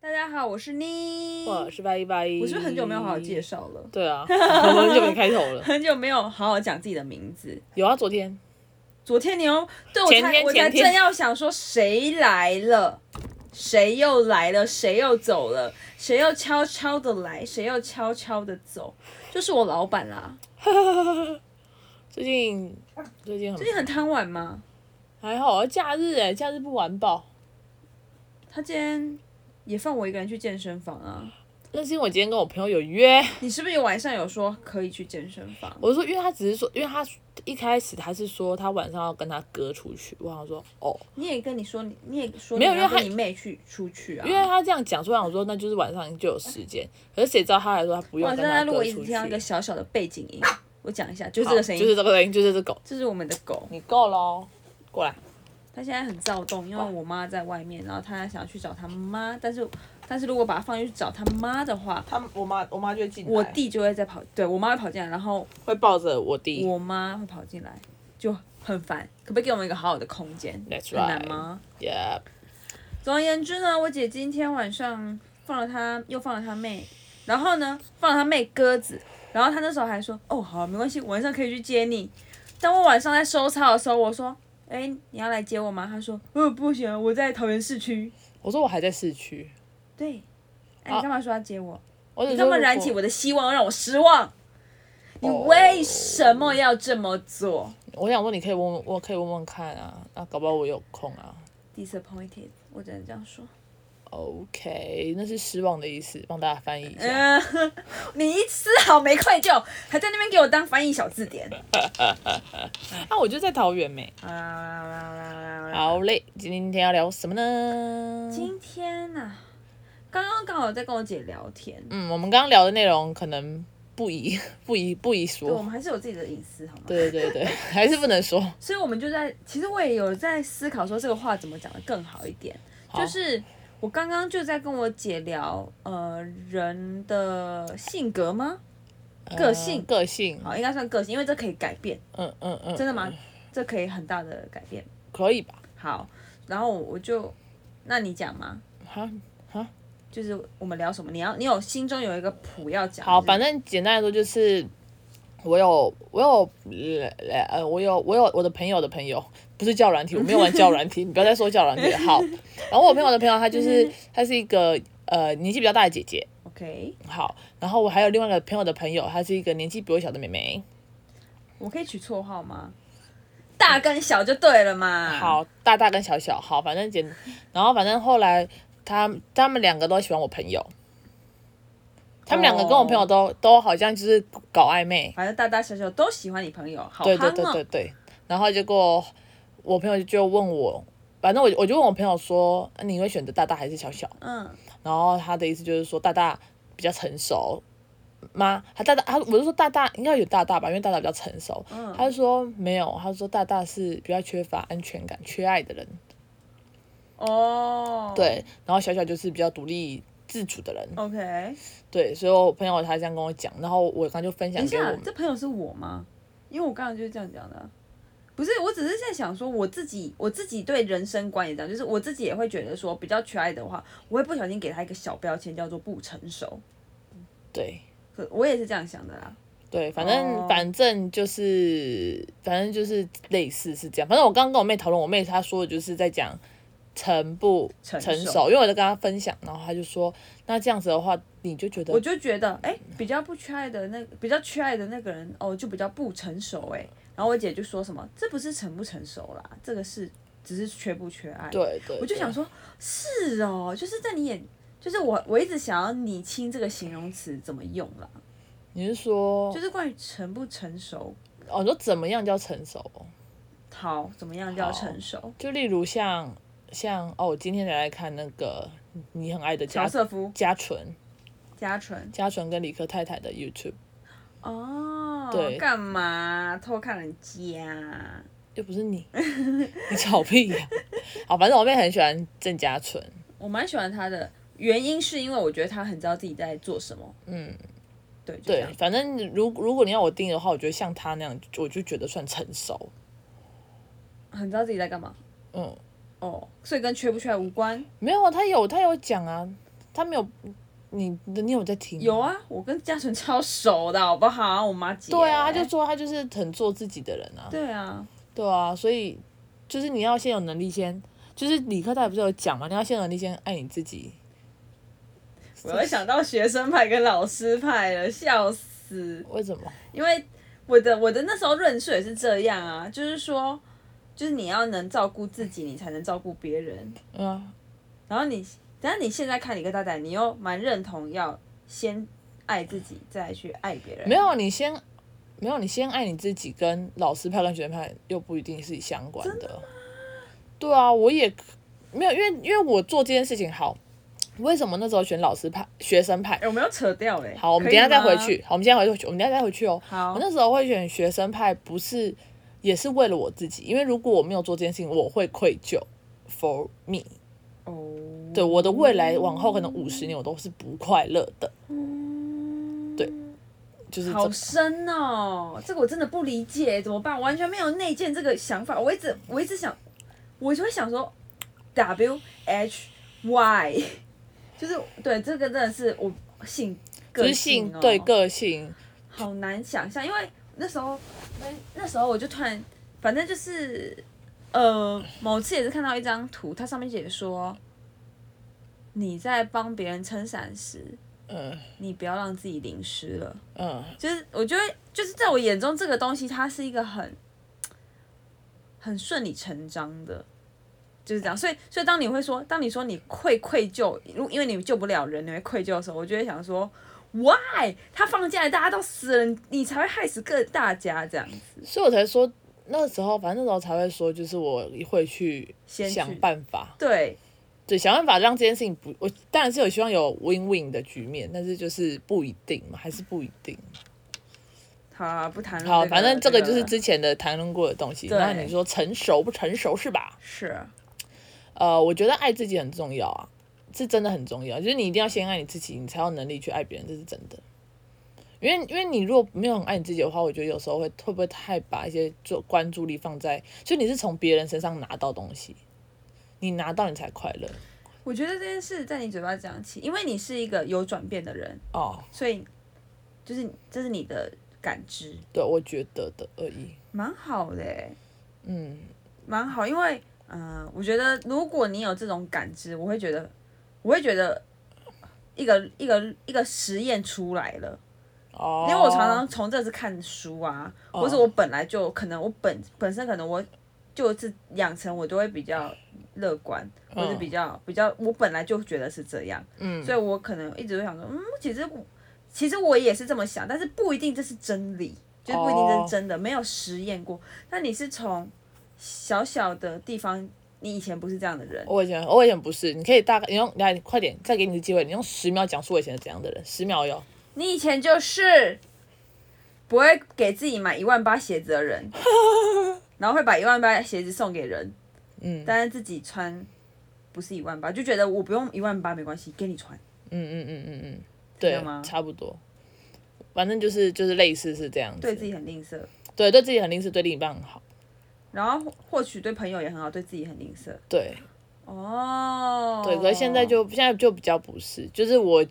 大家好，我是妮，嗯我是拜拜。我是不是很久没有好好介绍了，对 啊，我们很久没开头了。很久没有好好讲自己的名字。有啊，昨天昨天你又对我才前天我才前天正要想说谁来了，谁又来了，谁又走了，谁又悄悄的来，谁又悄悄的走，就是我老板啦。最近最近很最近很贪玩吗？还好啊，假日哎、假日不玩爆。他今天也放我一个人去健身房啊。那是因为我今天跟我朋友有约，你是不是晚上有说可以去健身房？我就说，因为他只是说，因为他一开始他是说他晚上要跟他哥出去，我想说哦，你也跟你说你你也说没有你因要为他跟你妹去出去啊。因为他这样讲，所以我想说那就是晚上就有时间。可是谁知道他还说他不用我跟现在他如哥果一直出去听到一，个小小的背景音，我讲一下，就是这个声音，哦就是这个声音，就是这狗，这是我们的狗，你够喽，过来。它现在很躁动，因为我妈在外面，然后它想要去找它妈，但是但是如果把它放进去找它妈的话，他我妈我妈就会进来，我弟就会再跑，对我妈会跑进来，然后会抱着我弟，我妈会跑进来，就很烦。可不可以给我们一个好好的空间 That's 很难 right 吗？耶，总而言之呢，我姐今天晚上放了她，又放了她妹，然后呢放了她妹鸽子，然后她那时候还说，哦好，没关系，晚上可以去接你。当我晚上在收操的时候，我说，哎、你要来接我吗？她说，呃不行，我在桃园市区。我说我还在市区，对，哎、你干嘛说要接我？我你只干嘛说如燃果哦起我的希望，让我失望？你为什么要这么做我想说，你可以问问，我可以问问看啊，那搞不好我有空啊。 ？Disappointed，我只能这样 说。 OK，那是失望的意思，帮大家翻译一下。嗯，你一丝毫没愧疚，还在那边给我当翻译小字典。啊，我就在桃园没。好，好嘞，今天要聊什么呢？今天呐、刚刚刚好在跟我姐聊天，嗯，我们刚刚聊的内容可能不宜不宜不宜对我说。们还是有自己的隐私，好吗？，对对对， 还是不能说。所以我们就在，其实我也有在思考说这个话怎么讲的更好一点，好就是。我刚刚就在跟我姐聊，呃，人的性格吗？个性嗯个性，好，应该算个性，因为这可以改变，嗯嗯嗯，真的吗嗯？？这可以很大的改变。可以吧？好，然后我就，那你讲吗？好，就是我们聊什么？你要，你有心中有一个谱要讲。好，是不是反正简单来说就是，我有我有呃呃，我有我有我的朋友的朋友，不是叫软体，我没有玩叫软体，你不要再说叫软体了。好，然后我朋友的朋友，她就是她是一个呃年纪比较大的姐姐。 OK，好，然后我还有另外一个朋友的朋友，她是一个年纪比我小的妹妹。我可以取绰号吗？大跟小就对了嘛。，好，大大跟小小，好，反正简，然后反正后来他他们两个都喜欢我朋友，他们两个跟我朋友都、都好像就是搞暧昧。反正大大小小都喜欢你朋友，好对憨对哦。对对对。然后结果我朋友就问我，反正我我就问我朋友说，啊你会选择大大还是小小？嗯，然后他的意思就是说大大比较成熟吗？他大大他我就说大大应该有大大吧，因为大大比较成熟。嗯他就说没有，他说大大是比较缺乏安全感、缺爱的人，哦，对。然后小小就是比较独立。自主的人， ，OK。对，所以我朋友他这样跟我讲，然后我刚就分享等一给我下们，这朋友是我吗？因为我刚刚就是这样讲的啊。不是，我只是在想说，我自己我自己对人生观也这样，就是我自己也会觉得说，比较缺爱的话，我会不小心给他一个小标签，叫做不成熟。对，可我也是这样想的啦。对，反正、哦反正就是反正就是类似是这样。反正我刚刚跟我妹讨论，我妹她说的就是在讲成不成熟熟，因为我在跟她分享，然后她就说，那这样子的话，你就觉得我就觉得，哎、比较不缺爱的那比较缺爱的那个人，哦，就比较不成熟、哎，然后我姐就说什么，这不是成不成熟啦，这个是只是缺不缺爱。，对对，我就对想说，是哦，就是在你眼，就是我我一直想要理清这个形容词怎么用啦，你是说就是关于成不成熟，哦，你说怎么样叫成熟？好，怎么样叫好成熟？就例如像像哦，我今天来看那个你很爱的乔家瑟夫、家纯嘉纯，家纯跟理科太太的 YouTube，哦，对干嘛偷看人家？又不 是你，你吵屁呀、好，反正我妹很喜欢郑家纯。我蛮喜欢他的，原因是因为我觉得他很知道自己在做什么。嗯，对，就这对样，反正如如果你要我定的话，我觉得像他那样，我就觉得算成熟。很知道自己在干嘛。嗯，哦，所以跟缺不缺爱无关。没有啊，他有他有讲啊，他没有，你你有在听吗？有啊，我跟嘉纯超熟的，好不好？我妈姐。哦对啊，他就说他就是很做自己的人啊。对啊，对啊，所以就是你要先有能力先，就是理科大不是有讲嘛，你要先有能力先爱你自己。我又想到学生派跟老师派了，笑死！为什么？因为我的我的那时候论述也是这样啊，就是说，就是你要能照顾自己，你才能照顾别人。嗯啊，然后你，但是你现在看理科大仔，你又蛮认同要先爱自己，再去爱别人。没有你先，没有你先爱你自己，跟老师派跟学生派又不一定是相关的。对啊，我也没有，因为因为我做这件事情好，为什么那时候选老师派、学生派？哎，我们要扯掉嘞。好，我们可以等一下再吗回。去。好，我们现在回去，我们等一下再回去哦。好我那时候会选学生派，不是也是为了我自己，因为如果我没有做这件事情，我会愧疚。For me，哦。对我的未来往后可能五十年我都是不快乐的，对就是嗯这好深哦，这个我真的不理解，怎么办？我完全没有内建这个想法，我一直我一直想，我就会想说，W H Y，就是 对这个真的是我性就个是性哦对个性，好难想象，因为那时候那那时候我就突然，反正就是呃某次也是看到一张图，它上面写说你在帮别人撑伞时，嗯你不要让自己淋湿了。嗯，就是我觉得，就是在我眼中，这个东西它是一个很很顺理成章的，就是这样。所以，所以当你会说，当你说你愧愧疚，如因为你救不了人，你会愧疚的时候，我就会想说，why 他放假大家都死了，你才会害死个大家这样子。所以我才说那时候，反正那时候才会说，就是我会去先去想办法，对，对，想办法让这件事情不，我当然是有希望有 win win 的局面，但是就是不一定嘛，还是不一定。好啊、不谈论、好，反正这这个个就是了之前的谈论过的东西。对那你说成熟不成熟是吧？是呃，我觉得爱自己很重要啊，是真的很重要。就是你一定要先爱你自己，你才有能力去爱别人，这是真的。因为因为你如果没有很爱你自己的话，我觉得有时候会会不会太把一些做关注力放在，就你是从别人身上拿到东西，你拿到你才快乐我觉得这件事在你嘴巴讲起，因为你是一个有转变的人，哦。所以就是这是你的感知，对，我觉得的而已。蛮好的、欸。嗯，蛮好，因为嗯、呃我觉得如果你有这种感知，我会觉得，我会觉得一个一个一个实验出来了，哦因，为我常常从这是看书啊，或者我本来就可能我本本身可能我就是养成我就会比较乐观，或者比较比较我本来就觉得是这样， 嗯，所以我可能一直会想说，嗯，其实我其实我也是这么想，但是不一定这是真理，就是不一定这是真的，没有实验过。那你是从小小的地方，你以前不是这样的人，我以前我以前不是，你可以大概你用来快点，再给你一次机会，你用十秒讲述我以前是怎样的人，十秒哟。你以前就是不会给自己买一万八鞋子的人，然后会把一万八鞋子送给人，嗯但是自己穿不是一万八，就觉得我不用一万八没关系，给你穿。嗯嗯嗯嗯嗯，这对样吗，差不多。反正就是就是类似是这样子，对自己很吝啬，对对自己很吝啬，对另一半很好，然后或许对朋友也很好，对自己很吝啬。对哦，对。可是现在就现在就比较不是，就是我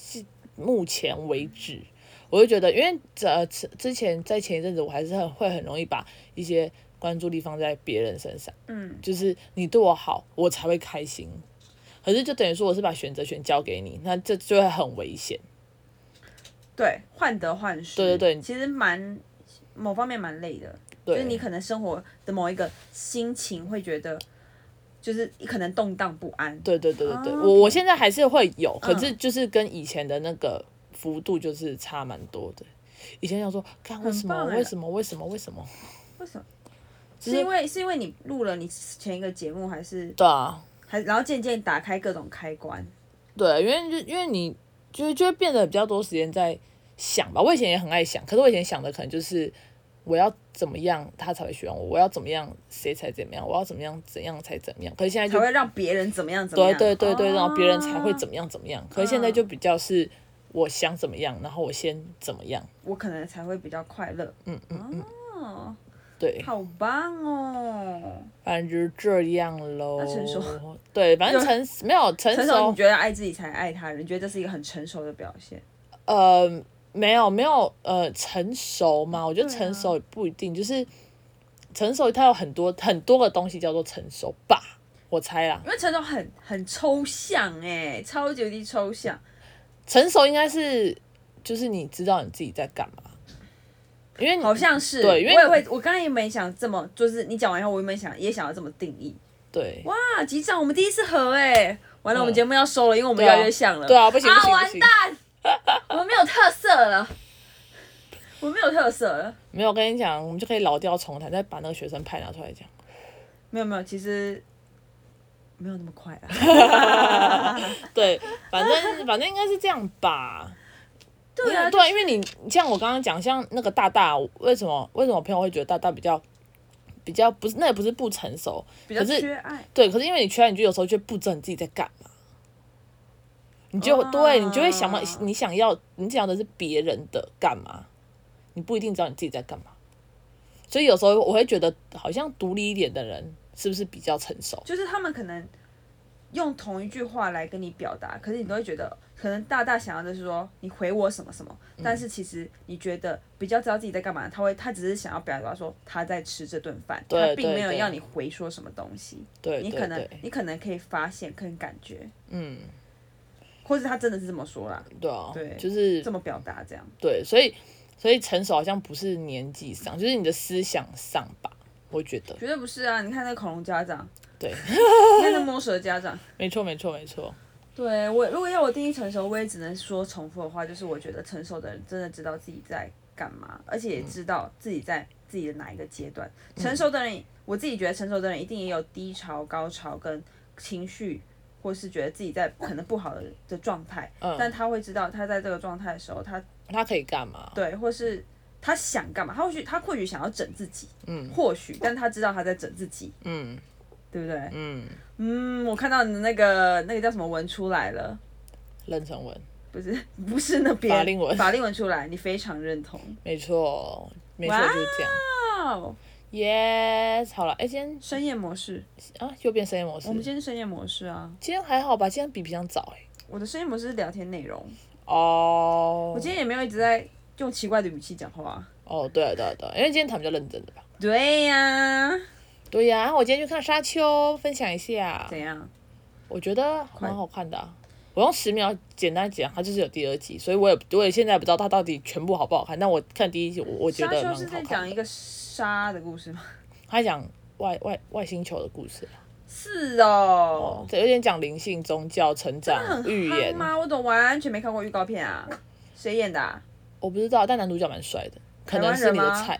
是目前为止，我就觉得，因为呃之之前在前一阵子，我还是很会很容易把一些关注力放在别人身上。嗯，就是你对我好，我才会开心。可是就等于说我是把选择权交给你，那这就会很危险。对，患得患失，对对对其实蛮某方面蛮累的，就是对，你可能生活的某一个心情会觉得，就是可能动荡不安，对对对对对，哦我我现在还是会有，可是嗯就是跟以前的那个幅度就是差蛮多的。以前想说，看为什么棒欸为什么为什么为什么？为什么？就是因为是因为你录了你前一个节目，还是对啊，还然后渐渐打开各种开关，对，因为就因为你就就会变得比较多时间在想吧。我以前也很爱想，可是我以前想的可能就是我要怎么样他才会喜欢我，我要怎么样谁才怎么样，我要怎么样怎样才怎么样。可是现在就才会让别人怎么样怎么对样，嗯对对对，然后别人才会哦怎么样怎么样。可是现在就比较是我想怎么样，然后我先怎么样。我可能才会比较快乐，嗯嗯嗯，哦，对，好棒哦！反正就是这样喽。啊成熟对，反正成没有成成熟，熟你，觉得爱自己才爱他人，你觉得这是一个很成熟的表现？呃，没有没有呃成熟嘛，我觉得对啊成熟也不一定，就是成熟它有很多很多个东西叫做成熟吧，我猜啦。因为成熟很很抽象哎、超级无敌抽象。成熟应该是就是你知道你自己在干嘛，因为你好像是，对因为我也会，我刚才也没想这么，就是你讲完以后，我也没想，也想要这么定义。对哇，局长，我们第一次合哎、完了，我们嗯节目要收了，因为我们对越啊来越像了。对啊，不行不行不完行，蛋，我们没有特色了，我们没有特色了。没有我跟你讲，我们就可以老调重弹，再把那个学生派拿出来讲。没有没有，其实没有那么快啊。对，反正反正应该是这样吧。对因为啊，对啊，因为你你像我刚刚讲，像那个大大，为什么为什么我朋友会觉得大大比较比较不是那也不是不成熟，比较可是缺爱。对，可是因为你缺爱，你就有时候就不知道你自己在干嘛，你就、哦对你就会想到啊你想要你想要的是别人的干嘛，你不一定知道你自己在干嘛，所以有时候我会觉得好像独立一点的人是不是比较成熟？就是他们可能用同一句话来跟你表达，可是你都会觉得，可能大大想要的是说你回我什么什么，嗯但是其实你觉得比较知道自己在干嘛，他会他只是想要表达说他在吃这顿饭，对他并对没有对要你回说什么东西，对你对可能对，你可能可以发现跟感觉，嗯，或者他真的是这么说啦，对啊，对就是这么表达这样，对，所以所以成熟好像不是年纪上，就是你的思想上吧，我觉得绝对不是啊！你看那个恐龙家长，对， 你 看那摸蛇家长，没错没错没错，对我，如果要我定义成熟，我也只能说重复的话，就是我觉得成熟的人真的知道自己在干嘛，而且也嗯知道自己在自己的哪一个阶段。成熟的人，我自己觉得成熟的人一定也有低潮、高潮跟情绪，或是觉得自己在可能不好的的状态，但嗯，哦他会知道他在这个状态的时候，他他可以干嘛？对，或是他想干嘛，他或许他或许想要整自己，嗯或许，但他知道他在整自己，嗯对不对？嗯，嗯，我看到你的那个那个叫什么文出来了。任成文。不是 不是那边法令纹法令纹出来，你非常认同。没错，没错，就是这样。哦， Yes，好了，哎、今深夜模式，天啊又变深夜模式我。们今天是深夜模式啊。今天还好吧？今天比平常早哎、我的深夜模式是聊天内容，哦、我今天也没有一直在用奇怪的语气讲话。哦，对啊对啊对啊，因为今天谈比较认真的吧。对呀、对呀、然后我今天去看《沙丘》，分享一下怎，样？我觉得蛮好看的啊、我用十秒简单讲，它就是有第二集，所以我也我也现在不知道它到底全部好不好看。但我看第一集，我我觉沙得丘蛮是好在讲一看的。个沙的故事吗？它讲外外外星球的故事啊，是哦，这有点讲灵性、宗教、成长、预夯言。吗？我怎么完全没看过预告片啊？谁演的、啊？我不知道，但男主角蛮帅的，可台湾能是你的人吗菜。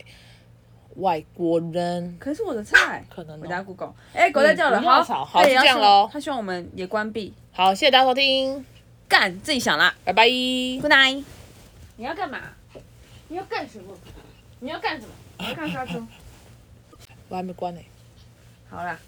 外国人可是我的菜。可能我哦、家 Google，哎、狗在叫了，你不要好，吵好哎就这样他希望咯他希望我们也关闭，好，谢谢大家收听，干自己想啦。拜拜。 Good night。你要干嘛？你要干什么？你要干什么？我要看沙丘。我还没关呢、好啦，